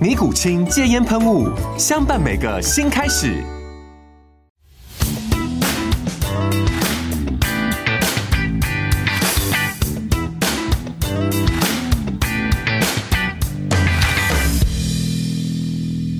尼古清戒烟喷雾，相伴每个新开始。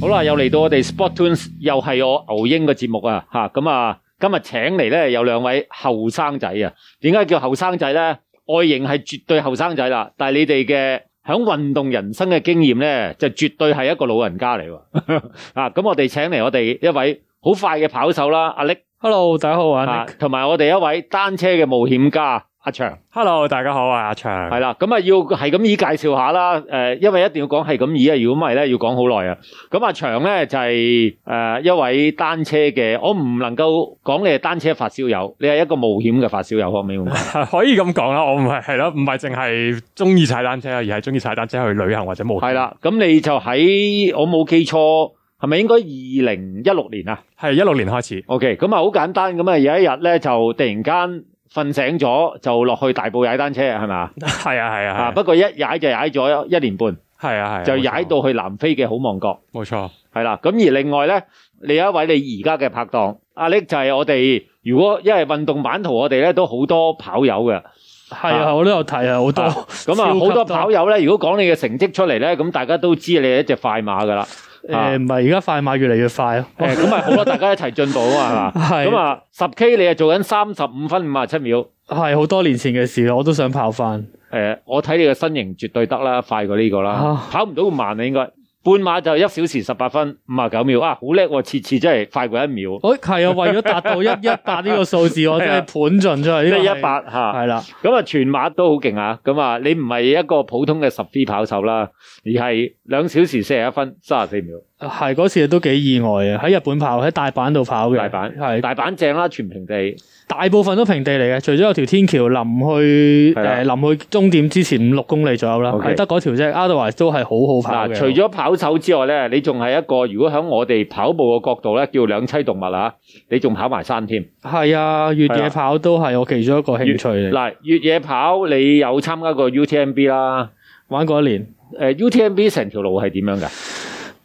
好啦，又嚟到我哋 Sport Tunes，又係我牛英嘅節目啊，吓咁啊，今日請嚟咧有兩位後生仔啊，點解叫後生仔咧？外形係絕對後生仔啦，但係你哋嘅響運動人生嘅經驗咧，就絕對係一個老人家嚟喎。 啊，咁我哋請嚟我哋一位好快嘅跑手啦，阿力 Hello，大家好，我係啊 Nick。，同埋我哋一位單車嘅冒險家阿長。 Hello，大家好，我係阿祥。系啦，咁啊要係咁以介紹下啦，诶、因為一定要講係咁以啊，如果唔係咧要講好耐啊。咁阿長咧就係呃一位單車嘅，我唔能夠講你係單車發燒友，你係一個冒險嘅發燒友，可唔可以 咁講？係可以咁講啦，我唔係係咯，唔係淨係中意踩單車，啊而係中意踩單車去旅行或者冒險。係，啦，咁你就喺我冇記錯，係咪應該二零一六年啊係一六年開始， ？OK，咁啊好簡單，咁啊有一日咧就突然間瞓醒咗，就落去大埔踩單車係咪啊？係啊係啊，啊不過一踩就踩咗一年半，係啊係，就踩到去南非嘅好望角。冇錯，系啦，咁而另外咧，你有一位你而家嘅拍檔阿力就係我哋，如果因為運動版圖，我哋咧都好多跑友嘅，系啊，我都有睇啊，好多啊咁啊好多跑友咧，如果講你嘅成績出嚟咧，咁大家都知你係一隻快馬噶啦，诶，唔係而家快馬越嚟越快啊咯，誒咁咪好咯，大家一齊進步啊嘛， 係嘛，係咁啊十 K 你係做緊三十五分五十七秒， 係好多年前嘅事啦，我都想跑 翻。誒我睇你嘅身形絕對得啦，快過呢個啦啊，跑唔到咁慢啊應該，半馬就一小時十八分五十九秒啊，好叻喎，次次真係快過一秒，我係啊，為咗達到一一百呢個數字，我真 係盤盡出即去。係一百嚇。系啦，咁啊，全馬都好勁啊！咁啊，你唔係一個普通嘅十 V 跑手啦，而係兩小時四十一分三十四秒，係嗰次都幾意外嘅，喺日本跑，喺大阪度跑嘅。大阪係大阪正啦，全平地大部分都平地嚟嘅，除咗有條天橋臨去係啦诶臨去終點之前五六公里左右啦， OK 係得嗰條啫。Otherwise 都係好好跑嗱。嘅。除咗跑手之外咧，你仲係一個如果喺我哋跑步嘅角度咧，叫兩棲動物啊！你仲跑埋山添。係啊，越係啦野跑都係我其中一個興趣嚟，嗱，越野跑你有參加過 UTMB 啦？玩過一年。誒、UTMB 成條路係點樣㗎？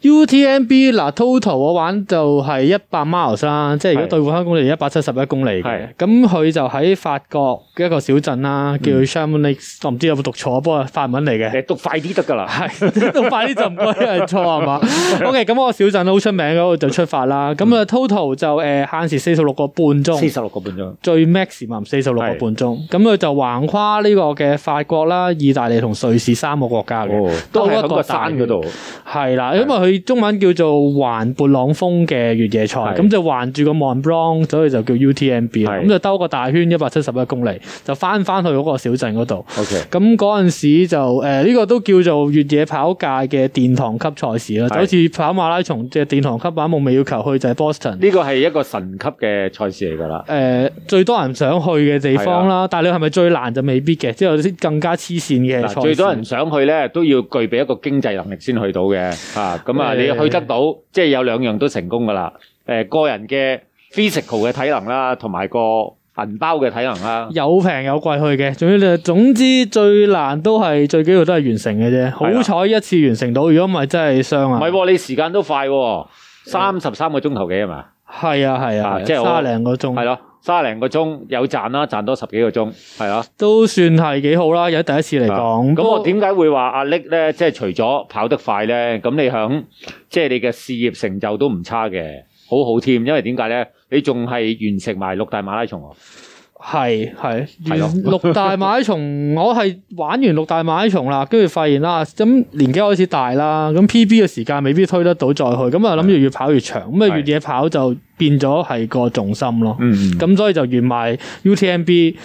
UTMB 嗱 total 我玩就係一百 miles 啦，即係如果對換翻公里一百七十一公里係嗯嘅，咁佢就喺法國一個小鎮啦，叫 Chamonix，、我唔知有冇讀錯，不過法文嚟嘅。 誒，讀快啲得㗎啦。 係，都快啲就唔該有人錯係 嘛？OK，咁我小鎮好出名嗰度就出發啦。咁啊 total 就誒、呃限時四十六個半鐘，嗯四十六個半鐘。最 maximum 四十六個係半鐘。咁佢就橫跨呢個嘅法國啦、意大利同瑞士三個國家嘅。哦，都係喺個山嗰度。係啦，因為佢中文叫做環勃朗峰嘅越野賽，係咁就環住個 Mont Blanc，所以就叫 UTMB 啦係咁就兜個大圈一百七十一公里，就翻翻去嗰個小鎮嗰度。 OK。咁嗰陣時就呃誒呢、個都叫做越野跑界嘅殿堂級賽事啦，係就好似跑馬拉松即係殿堂級玩夢寐要求去就係 Boston。呢個係一個神級嘅賽事嚟㗎啦。誒、最多人想去嘅地方啦，但係你係咪最難就未必嘅，即係有啲更加黐線嘅賽啊嗱，事。最多人想去咧，都要具備一個經濟能力先去到嘅嚇。咁啊，誒你去得到，即係有兩樣都成功噶啦。誒，個人嘅 physical 嘅體能啦，同埋個銀包嘅體能啦。有平有貴去嘅，總之你總之最難都係最緊要都係完成嘅啫。係啦啊好彩一次完成到，如果唔係真係傷唔啊！係喎，你時間都快喎，三十三個鐘頭幾係嘛？係啊係啊啊，即係我三零個係鐘咯，三十零個鐘有賺啦，賺多十幾個鐘，係咯。都算係幾好啦。有第一次嚟 Ờ. 講，啊咁我點點解會話阿力咧？即係除咗跑得快咧，咁你響即係你嘅事業成就都唔差嘅，好好添。因為點解咧？你仲係完成埋六大馬拉松喎。係係係咯完六大馬拉松，我係玩完六大馬拉松啦，跟住發現啦，咁年紀開始大啦，咁 PB 嘅時間未必推得到再去，咁啊諗住越跑越長，咁啊係越野跑就變咗係個重心咯。嗯咁所以就完埋 UTMB。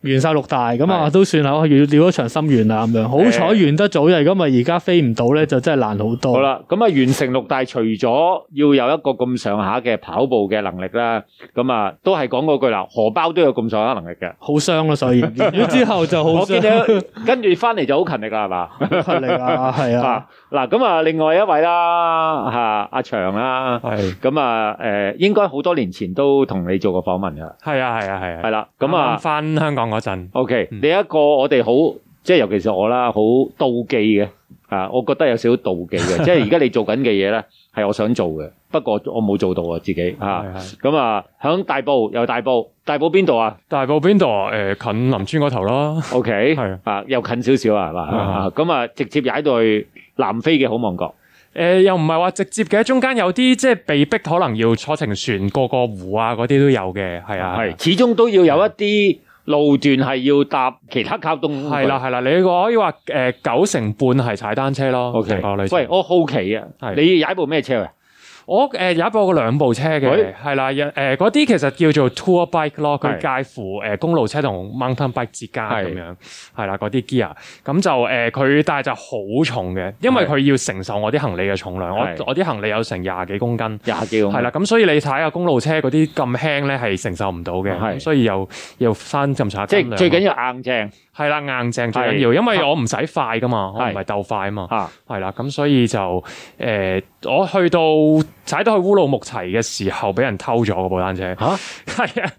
完晒六大咁啊，係都算係我了了咗場心願啦咁樣。好彩誒完得早，如果咪而家飛唔到咧，就真係難好多。好，啦，咁啊完成六大，除咗要有一個咁上下嘅跑步嘅能力啦，咁啊都係講嗰句啦，荷包都有咁上下能力嘅。好傷 啦，所以完咗之後就好我見傷你 跟住翻嚟就好勤力啦，係嘛？出嚟啊， 係啊啊。 嗱，咁啊，另外一位啦，吓阿長啦，系咁啊，诶，應該好多年前都同你做過訪問㗎啦，系啊系啊系係啊，啦，咁啊翻香港嗰陣， ，OK，嗯你一個我哋好，即係尤其是我啦，好妒忌嘅，啊，我覺得有少少妒忌 嘅，即係而家你做緊嘅嘢咧，係我想做嘅，不過我冇做到啊，自己吓。係係咁啊，響大埔又大埔，大埔邊度啊大埔邊度誒近林村嗰頭咯， ？OK，係啊，又近少少啊，係嘛？係係啊咁啊，直接踩到去南非嘅好望角。誒又唔係話直接嘅，中間有啲即係被逼可能要坐程船過個湖啊嗰啲都有嘅，係啊係啊係，始終都要有一啲路段係要搭其他交通工具係啦。係啦，你個可以話誒九成半係踩單車咯。 O K，成個旅程喂，我好奇啊，係你踩部咩車啊？我誒有一部兩部車喂嘅，係啦，有誒嗰啲其實叫做 tour bike 咯，佢係介乎誒公路車同 mountain bike 之間係咁樣，係啦，嗰啲 gear，咁就誒佢但係就好重嘅，因為係佢要承受我啲行李嘅重量，我係我啲行李有成廿幾公斤。廿幾公係啦，，咁所以你踩下公路車嗰啲咁輕咧，係承受唔到嘅，係咁所以又又生咁上下即斤係兩最緊要硬正係啦，硬正最緊係要，因為我唔使快噶嘛，我唔係係鬥快啊嘛。嚇。係啦，咁所以就誒、呃我去到踩到去烏魯木齊嘅時候，俾人偷咗嗰部單車。嚇係啊，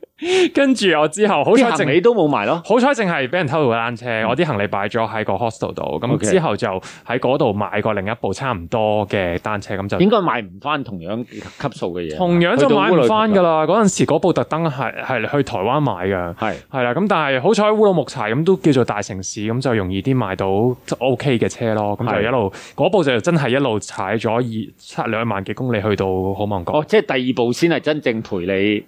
跟住我之後好啲彩行淨李都冇埋咯。好彩淨係俾人偷到單車，我啲行李擺咗喺個 hostel 度，咁 OK 之後就喺嗰度買過另一部差唔多嘅單車，咁就。應該啊買唔翻同樣級數嘅嘢，同樣就買唔翻㗎啦。啦，嗰陣時嗰部特登係係去台灣買㗎，係係啦，咁但係好彩烏魯木齊咁都叫做大城市，咁就容易啲買到 O K 嘅車咯。咁係就一路嗰部就真係一路踩咗二差兩萬幾公里去到好望角哦，。即係第二步先係真正陪你係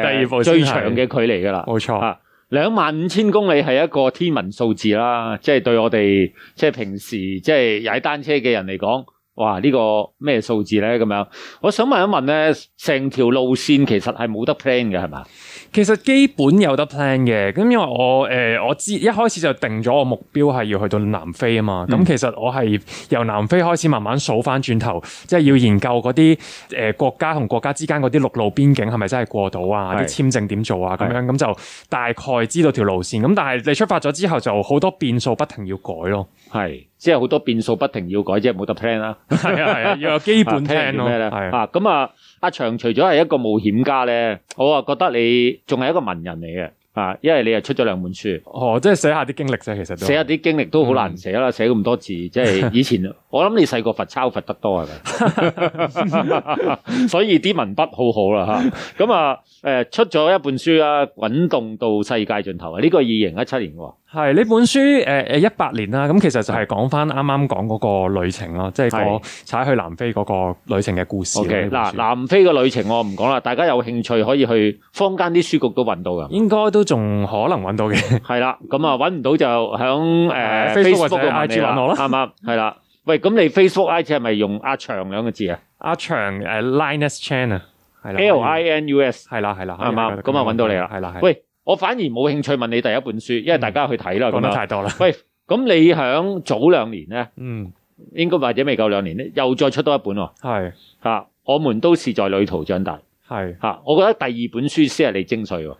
誒第二部先係哦最長嘅，距離㗎啦。冇錯。啊，兩萬五千公里係一個天文數字啦，即係對我哋即係平時即係踩單車嘅人嚟講，哇呢、個咩數字咧咁樣？我想問一問咧，成條路線其實係冇得 plan 嘅係嘛？其實基本有得 plan 嘅，咁因為我誒、呃我知一開始就定咗我目標係要去到南非啊嘛，咁、嗯其實我係由南非開始慢慢數翻轉頭，即係要研究嗰啲誒國家同國家之間嗰啲陸路邊境係咪真係過到啊？係啲簽證點做啊？咁係樣咁就大概知道條路線，咁但係你出發咗之後就好多變數不停要改 咯，係，即係好多變數不停要改，即係冇得 plan 啦。係啊係啊，要有基本啊 plan plan 叫咯，咩咧？係啊啊，咁啊，阿長除咗係一個冒險家咧，我啊覺得你仲係一個文人嚟嘅啊，因為你又出咗兩本書。哦，即係寫下啲經歷啫，其實都寫下啲經歷都好難寫嗯啦，寫咁多字，即 係以前我諗你細個罰抄罰得多係咪？所以啲文筆好好啦嚇。咁啊誒出咗一本書啦，《滾動到世界盡頭》啊，呢個二零一七年喎。係呢本書誒誒一八年啦，咁其實就係講翻啱啱講嗰個旅程咯，即係我踩去南非嗰個旅程嘅故事 O 咯。 K 呢本書嗱，南非嘅旅程我唔講啦，大家有興趣可以去坊間啲書局都揾到㗎。應該都仲可能揾到嘅。 係啦，咁啊揾唔到就響誒誒 Facebook 啊度 Facebook 或者問你 IG 揾我啦啱唔 啱？係啦。喂，咁你 Facebook I G 係咪用阿長兩個字啊阿長誒 Linus Chan 啊，係啦？L I N U S 係啦係啦，啱唔啱咁啊揾到你啦係啦係。喂，我反而冇興趣問你第一本書，因為大家去睇啦。講得咁啊樣太多啦。咁你響早兩年咧，嗯，應該或者未夠兩年咧，又再出多一本喎、係啊我們都是在旅途長大係。嚇、啊我覺得第二本書先係你精髓喎、呢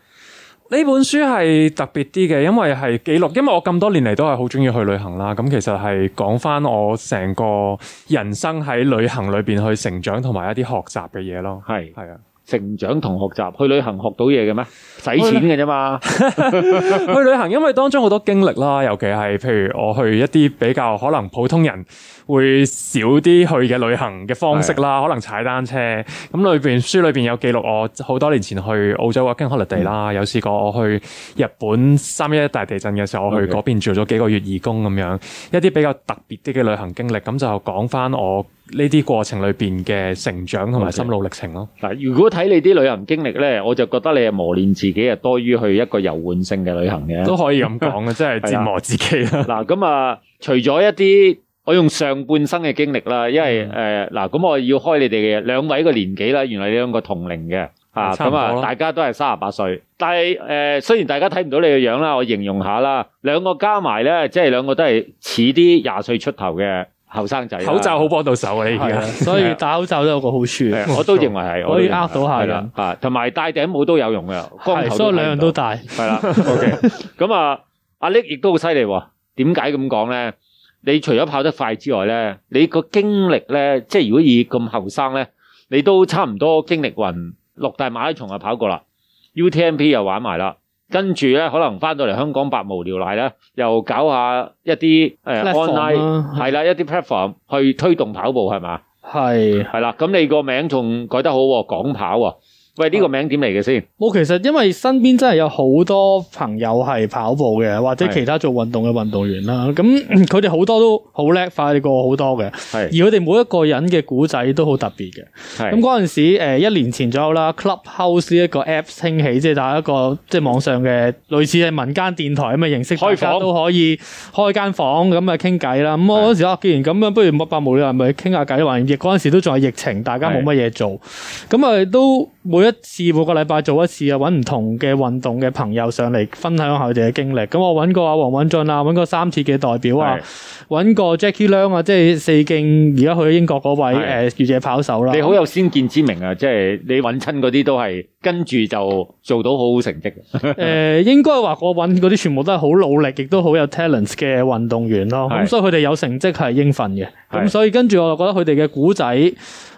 本書係特別啲嘅，因為係記錄，因為我咁多年嚟都係好中意去旅行啦。咁其實係講翻我成個人生喺旅行裏邊去成長同埋一啲學習嘅嘢咯。係係啊，成長同學習，去旅行學到嘢嘅咩？使錢嘅啫嘛， 去旅行，因為當中好多經歷啦，尤其係譬如我去一啲比較可能普通人會少啲去嘅旅行嘅方式啦，可能踩單車。咁裏邊書裏邊有記錄我好多年前去澳洲 working holiday 啦，嗯有試過我去日本三一一大地震嘅時候，我 OK 去嗰邊做咗幾個月義工咁樣，一啲比較特別啲嘅旅行經歷，咁就講翻我呢啲過程裏邊嘅成長同埋心路歷程咯。嗱，如果睇你啲旅行經歷咧，我就覺得你係磨練自己啊，多於去一個遊玩性嘅旅行嘅。都可以咁講嘅，即係折磨自己啦。嗱，咁啊，除咗一啲我用上半生嘅經歷啦，因為誒嗱，咁、我要開你哋嘅兩位個年紀啦，原來你兩個同齡嘅嚇，差唔咁多啦啊，大家都係三十八歲，但係誒、呃，雖然大家睇唔到你嘅樣啦，我形容下啦，兩個加埋咧，即係兩個都係似啲廿歲出頭嘅後生仔啦。口罩好幫到手啊！呢而係啊，家所以戴口罩都有個好處，係啊，我都認為係，我可以都認為呃到下係人啦，嚇，同埋戴頂帽都有用嘅，光係頭所以兩睇唔樣到都戴。系啦 ，OK。咁啊，阿力亦都好犀利喎。點解咁講咧？你除咗跑得快之外咧，你個經歷咧，即係如果以咁後生咧，你都差唔多經歷匀六大馬拉松啊跑過啦，UTMP 又玩埋啦。跟住咧，可能翻到嚟香港百無聊賴咧，又搞下一啲誒、呃 Platform 啦 online 係啦，一啲 platform 去推動跑步係嘛？係，係啦，咁你個名仲改得好喎，港跑喎。喂，呢、個名點嚟嘅先？我其實因為身邊真係有好多朋友係跑步嘅，或者係其他做運動嘅運動員啦。咁 佢哋好多都好叻，快過我好多嘅。而係佢哋每一個人嘅古仔都好特別嘅。咁係嗰陣時，誒、一年前左右啦，Clubhouse 呢一個 Apps 興起，即係大家一個即係網上嘅類似係民間電台咁嘅形式，開房大家都可以開間房咁啊傾偈啦。咁我嗰時啊，既然咁樣，不如乜百無聊賴咪傾下偈還疫嗰陣時都仲係疫情，大家冇乜嘢做，咁啊都每一次每個禮拜做一次啊，揾唔同嘅運動嘅朋友上嚟分享下佢哋嘅經歷。咁我揾過阿黃允俊啊，揾過三次嘅代表啊係，揾過 Jackie Leung 啊，即係四徑而家去英國嗰位係誒越野跑手啦。你好有先見之明啊！即係你揾親嗰啲都係跟住就做到好好成績嘅。 誒、呃應該話我揾嗰啲全部都係好努力，亦都好有 talents 嘅運動員咯。係咁所以佢哋有成績係應份嘅。係咁所以跟住我就覺得佢哋嘅古仔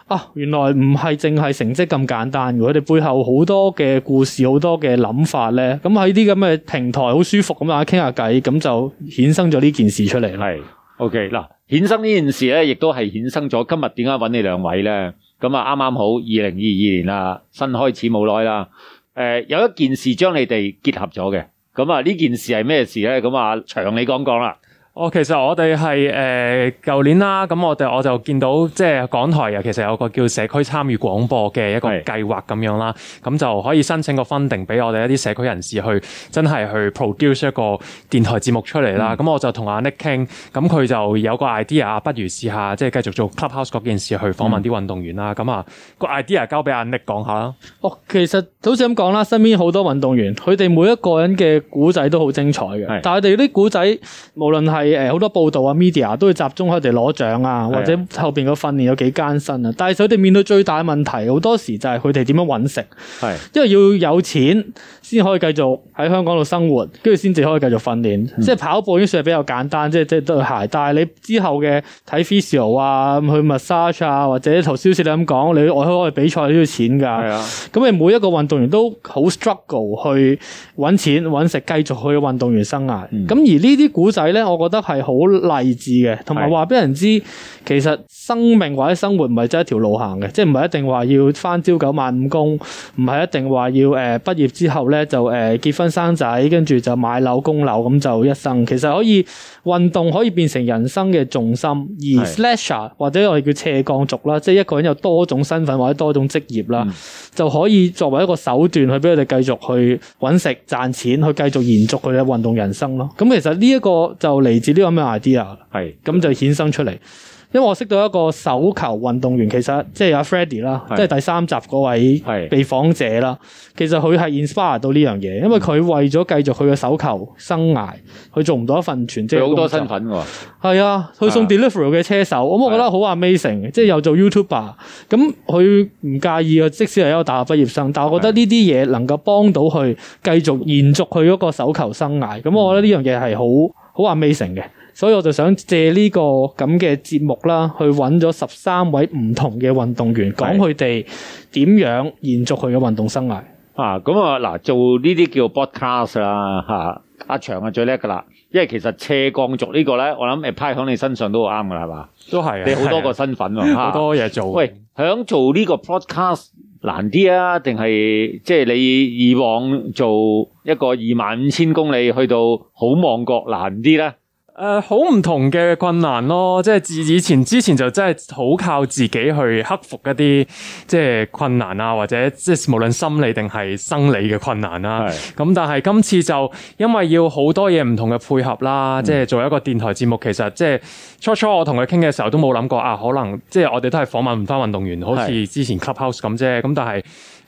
啊，原來唔係淨係成績咁簡單嘅，佢哋背後好多嘅故事，好多嘅諗法咧。咁喺啲咁嘅平台好舒服咁啊，傾下偈，咁就衍生咗呢件事出嚟啦。係 OK 嗱，衍生呢件事咧，亦都係衍生咗今日點解揾你兩位咧？咁啊，啱啱好二零二二年啦，新開始冇耐啦。誒、有一件事將你哋結合咗嘅。咁啊，呢件事係咩事咧？咁啊，長你講講啦。我哦其實我哋係誒舊年啦，咁我哋我就見到即係港台啊，其實有個叫社區參與廣播嘅一個係計劃咁樣啦，咁就可以申請個 funding 俾我哋一啲社區人士去真係去 produce 一個電台節目出嚟嗯啦。咁、我就同阿 Nick 傾，咁佢就有個 idea，不如試下即係繼續做 clubhouse 嗰件事去訪問啲運動員啦。咁啊、個 idea 交俾阿 Nick 講下啦。哦，其實好似咁講啦，身邊好多運動員，佢哋每一個人嘅古仔都好精彩係嘅。但係佢哋啲古仔，無論係誒好多報道啊、media 都會集中喺佢哋攞獎啊，係啊或者後邊個訓練有幾艱辛啊。但係佢哋面對最大嘅問題，好多時就係佢哋點樣揾食，係因為要有錢先可以繼續喺香港度生活，跟住先至可以繼續訓練。嗯即係跑步已經算係比較簡單，即係即係對鞋。但係你之後嘅睇 physio 啊、去 massage 啊，或者頭先好似你咁講，你外開外比賽都要錢㗎。係啊，咁你每一個運動員都好 struggle 去揾錢揾食，繼續去運動員生涯。咁、嗯而呢啲古仔咧，我覺得係好勵志嘅，同埋係話俾人知，其實生命或者生活唔係真係一條路行嘅，即係唔係一定話要翻朝九晚五工，唔係一定話要誒、呃、畢業之後咧就誒、呃、結婚生仔，跟住就買樓供樓咁就一生。其實可以運動可以變成人生嘅重心，而係 slasher 或者我哋叫斜降族啦，即係一個人有多種身份或者多種職業啦。嗯就可以作為一個手段去俾佢哋繼續去揾食賺錢，去繼續延續佢嘅運動人生咯。咁其實呢一個就嚟自呢個咁嘅 idea，啊係咁就衍生出嚟。因為我識到一個手球運動員，其實即係阿 Freddie 啦，係即係第三集嗰位係被訪者啦。其實佢係 inspire 到呢樣嘢，因為佢為咗繼續佢嘅手球生涯，佢做唔到一份全職嘅佢好工多作身份喎。係啊，佢啊送 delivery 嘅車手，咁我覺得好 amazing，嘅即係又做 YouTuber，咁佢唔介意啊，即使係一個大學畢業生，但我覺得呢啲嘢能夠幫到佢繼續延續佢嗰個手球生涯，咁我覺得呢樣嘢係好好 amazing 嘅，所以我就想借呢個咁嘅節目啦，去揾咗十三位唔同嘅運動員，講佢哋點樣延續佢嘅運動生涯。啊，咁啊嗱，做呢啲叫 broadcast 啦嚇，啊阿長啊最叻噶啦，因為其實斜降族呢個咧，我諗誒派喺你身上都好啱噶啦，係嘛？都係啊你好多個身份喎、係啊好嚇多嘢做。喂，響做呢個 podcast 難啲啊，定係即係你以往做一個二萬五千公里去到好望角難啲咧？誒、誒呃好唔同嘅困難咯，即係自以前之前就真係好靠自己去克服一啲即係困難啊，或者即係無論心理定係生理嘅困難啦、係咁但係今次就因為要好多嘢唔同嘅配合啦，即係做一個電台節目，其實即係初初我同佢傾嘅時候都冇諗過啊，可能即係我哋都係訪問唔翻運動員，好似之前 Clubhouse 咁啫。咁但係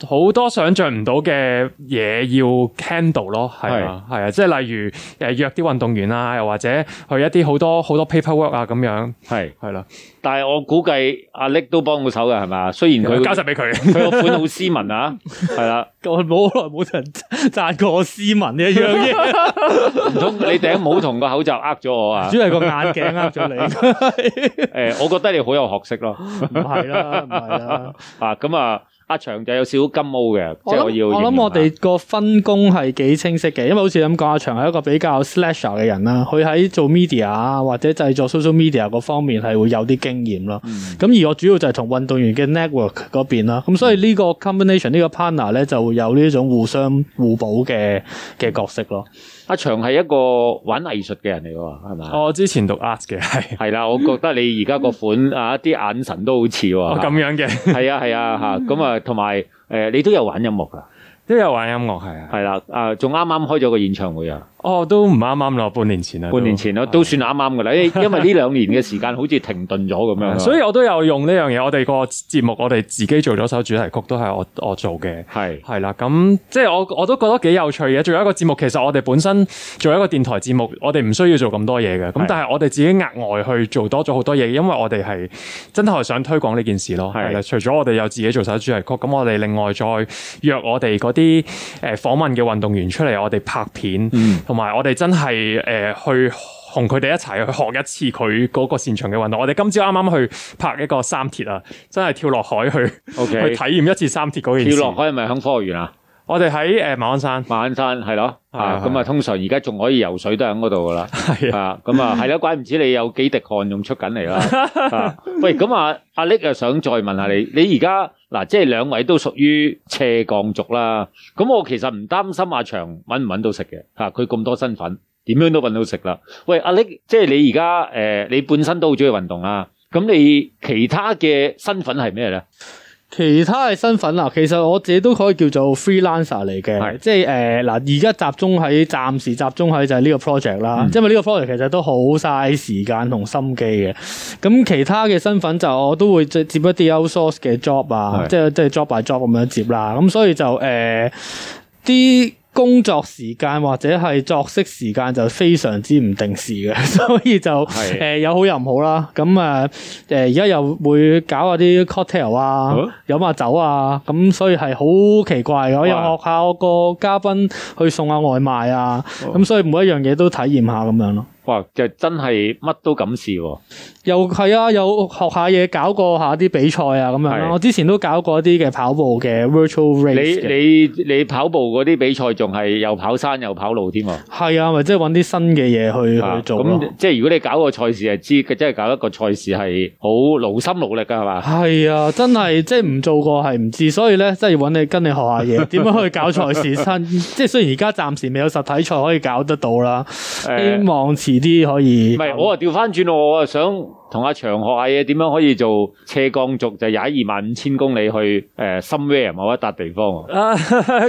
好多想像唔到嘅嘢要 handle 咯，係啊，係啊，即係例如誒約啲運動員啊，又或者去一啲好多好多 paperwork 啊咁樣，係，係啦，但係我估計阿力都幫到手嘅係嘛？雖然佢交晒俾佢。佢個款好斯文啊，係啦，我冇好耐冇人讚過我斯文呢一樣嘢，唔通你頂帽同個口罩呃咗 我啊 主？要係個眼鏡呃 咗你，诶，呃我覺得你好有學識 咯，唔係 啦，唔係啦。啊咁啊，阿長就有少少金毛嘅，即我係諗我要啊我形容諗我下哋個分工係幾清晰嘅，因為好似咁講，阿長係一個比較 slasher 嘅人啦，佢喺做 media 啊或者製作 social media 嗰方面係會有啲經驗咯。嗯咁、而我主要就係同運動員嘅 network 嗰邊啦，咁所以呢個 combination 呢個 partner 咧就會有呢種互相互補嘅嘅角色咯。阿長係一個玩藝術嘅人嚟嘅喎，係嘛？我之前讀 art 嘅係，係啦，我覺得你而家個款啊，啲眼神都好似哦咁喎，樣嘅，係啊係啊 吓，咁啊同埋诶，你都有玩音樂㗎，都有玩音樂係啊。係啦，啊仲啱啱開咗個演唱會啊，哦，都唔啱啱咯，半年前啊啦，半年前咯，都算啱啱㗎啦，因為因為呢兩年嘅時間好似停頓咗咁樣啊， 所以我都有用呢樣嘢。我哋個節目，我哋自己做咗首主題曲，都係我我做嘅。係係啦，咁即係我我都覺得幾有趣嘅。做一個節目，其實我哋本身做一個電台節目，我哋唔需要做咁多嘢嘅。咁係但係我哋自己額外去做多咗好多嘢，因為我哋係真係想推廣呢件事咯。係係啦，除咗我哋有自己做首主題曲，咁我哋另外再約我哋嗰啲誒訪問嘅運動員出嚟，我哋拍片，嗯同埋、我哋真係誒、呃去。同佢哋一齊去學一次佢嗰個擅長嘅運動。我哋今朝啱啱去拍一個三鐵啊，真係跳落海去 OK 去體驗一次三鐵嗰件事。跳落海係咪響科學園啊？我哋喺誒馬鞍山，馬鞍山係咯，係啊係咁啊，通常而家仲可以游水都喺嗰度噶啦， 係啊，啊咁啊係啦，怪唔知你有幾滴汗仲出緊嚟啦。 啊喂，咁啊阿力又想再問下你，你而家嗱即係兩位都屬於斜降族啦，咁我其實唔擔心阿長揾唔揾到食嘅，嚇佢咁多身份，點樣都揾到食啦。喂，阿力，即係你而家誒，你本身都好中意運動啦，咁你其他嘅身份係咩咧？其他嘅身份啊，其實我自己都可以叫做 freelancer 嚟係嘅，即係誒嗱，而家集中喺暫時集中喺就係呢個 project 啦，嗯因為呢個 project 其實都好嘥時間同心機嘅。咁其他嘅身份就我都會接接一啲 outsource 嘅 job 啊係，即係即係 job by job 咁樣接啦。咁所以就誒。呃啲工作時間或者係作息時間就非常之唔定時嘅， 所以就係誒、呃有好有唔好啦。咁啊誒而家又會搞下啲 cocktail 啊好，飲下酒啊，咁所以係好奇怪嘅。我又哇學下我個嘉賓去送下外賣啊，哦咁所以每一樣嘢都體驗下咁樣咯。哇，就真係乜都敢試喎、又係啊，又學下嘢，搞過下啲比賽啊咁樣啦係。我之前都搞過一啲嘅跑步嘅 virtual race 嘅。你你你跑步嗰啲比賽仲係又跑山又跑路添喎。係啊，咪即係揾啲新嘅嘢去去做咯。啊咁即係如果你搞個賽事係知，佢真係搞一個賽事係好勞心勞力㗎係嘛？係啊，真係即係唔做過係唔知，所以咧真係要揾你跟你學下 嘢，點樣去搞賽事新。即係雖然而家暫時未有實體賽可以搞得到啦，誒希望遲啲可唔以。係，我啊調翻轉喎，我啊想同阿長學下嘢，點樣可以做斜降族就踩二萬五千公里去誒 somewhere 某一笪地方喎，啊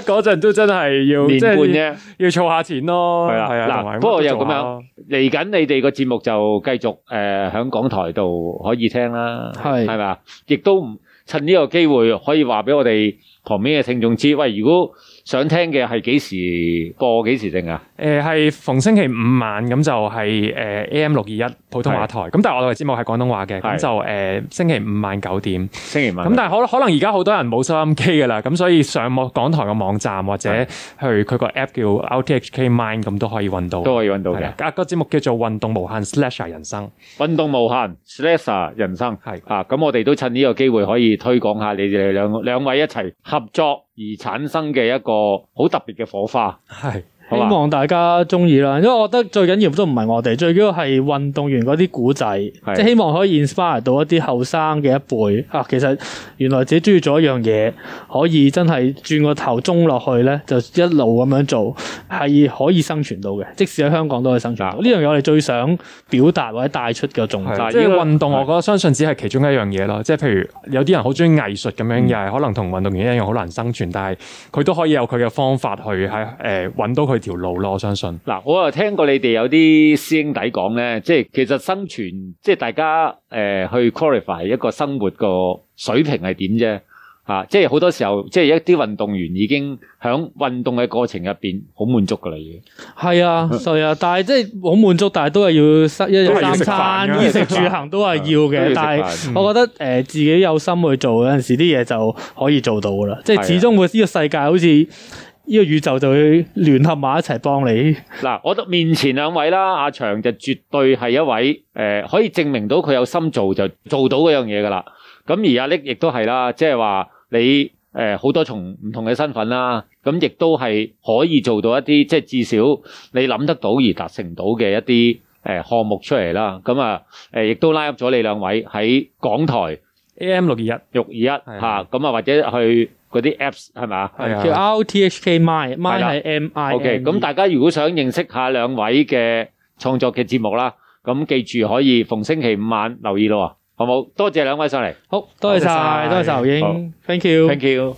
嗰陣都真係要年即半係啫。要儲下錢咯，係啦係嗱啊，同埋不過乜都又做下咁樣咯嚟緊你哋個節目就繼續誒喺、港台度可以聽啦，係係嘛？亦都唔趁呢個機會可以話俾我哋旁邊嘅聽眾知，喂，如果想聽嘅係幾時播幾時定啊？誒係逢星期五晚咁就係誒 AM 六二一普通話台，咁但係我哋節目係廣東話嘅，係咁就誒星期五晚九點。星期五晚咁但係可可能而家好多人冇收音機㗎啦，咁所以上網港台嘅網站或者係去佢個 app 叫 RTHK Mind 咁都可以揾到。都可以揾到係嘅啦。啊個節目叫做運動無限 Slash 人生。運動無限 Slash 人生係啊，咁我哋都趁呢個機會可以推廣下你哋兩兩位一齊合作而產生嘅一個好特別嘅火花。係好希嘛望大家中意啦，因為我覺得最緊要都唔係我哋，最緊要係運動員嗰啲古仔，即係希望可以 inspire 到一啲後生嘅一輩啊。其實原來自己中意做一樣嘢，可以真係轉個頭中落去咧，就一路咁樣做，係可以生存到嘅。即使喺香港都可以生存到。呢樣嘢我哋最想表達或者帶出嘅重點。但係嗯即係應該運動，我覺得相信只係其中一樣嘢咯。即係譬如有啲人好中意藝術咁樣，又係可能同運動員一樣好難生存，但係佢都可以有佢嘅方法去喺誒揾到佢條路咯。我相信嗱，我又聽過你哋有啲師兄弟講咧，即係其實生存，即係大家誒、呃去 qualify 一個生活個水平係點啫。啊，即係好多時候，即係一啲運動員已經喺運動嘅過程入邊好滿足㗎啦，已經。係啊，係啊，但係即係好滿足，但係都係要塞一都日係要三食飯餐，㗎衣食住行都係要都要嘅啊食，但係。飯我覺得誒、呃自己有心去做有陣時啲嘢就可以做到噶啦，即係啊係始終會呢個世界好似呢個宇宙就會聯合埋一齊幫你。嗱，我覺得面前兩位啦，阿祥就絕對係一位誒、呃可以證明到佢有心做就做到嗰樣嘢噶啦。咁而阿力亦都係啦，即係話你誒好、多重唔同嘅身份啦，咁亦都係可以做到一啲即係至少你諗得到而達成到嘅一啲誒項目出嚟啦。咁啊誒，亦、都拉入咗你兩位喺港台 A.M. 六二一育兒一係嚇，咁啊或者去嗰啲 Apps 係咪啊？係啊叫 RTHK Mind Mind 啦係嗯 M I OK，咁大家如果想認識下兩位嘅創作嘅節目啦，咁記住可以逢星期五晚留意咯喎，好冇？多謝兩位上嚟好多謝晒，多謝晒多謝晒牛好英，thank you。 ，thank you。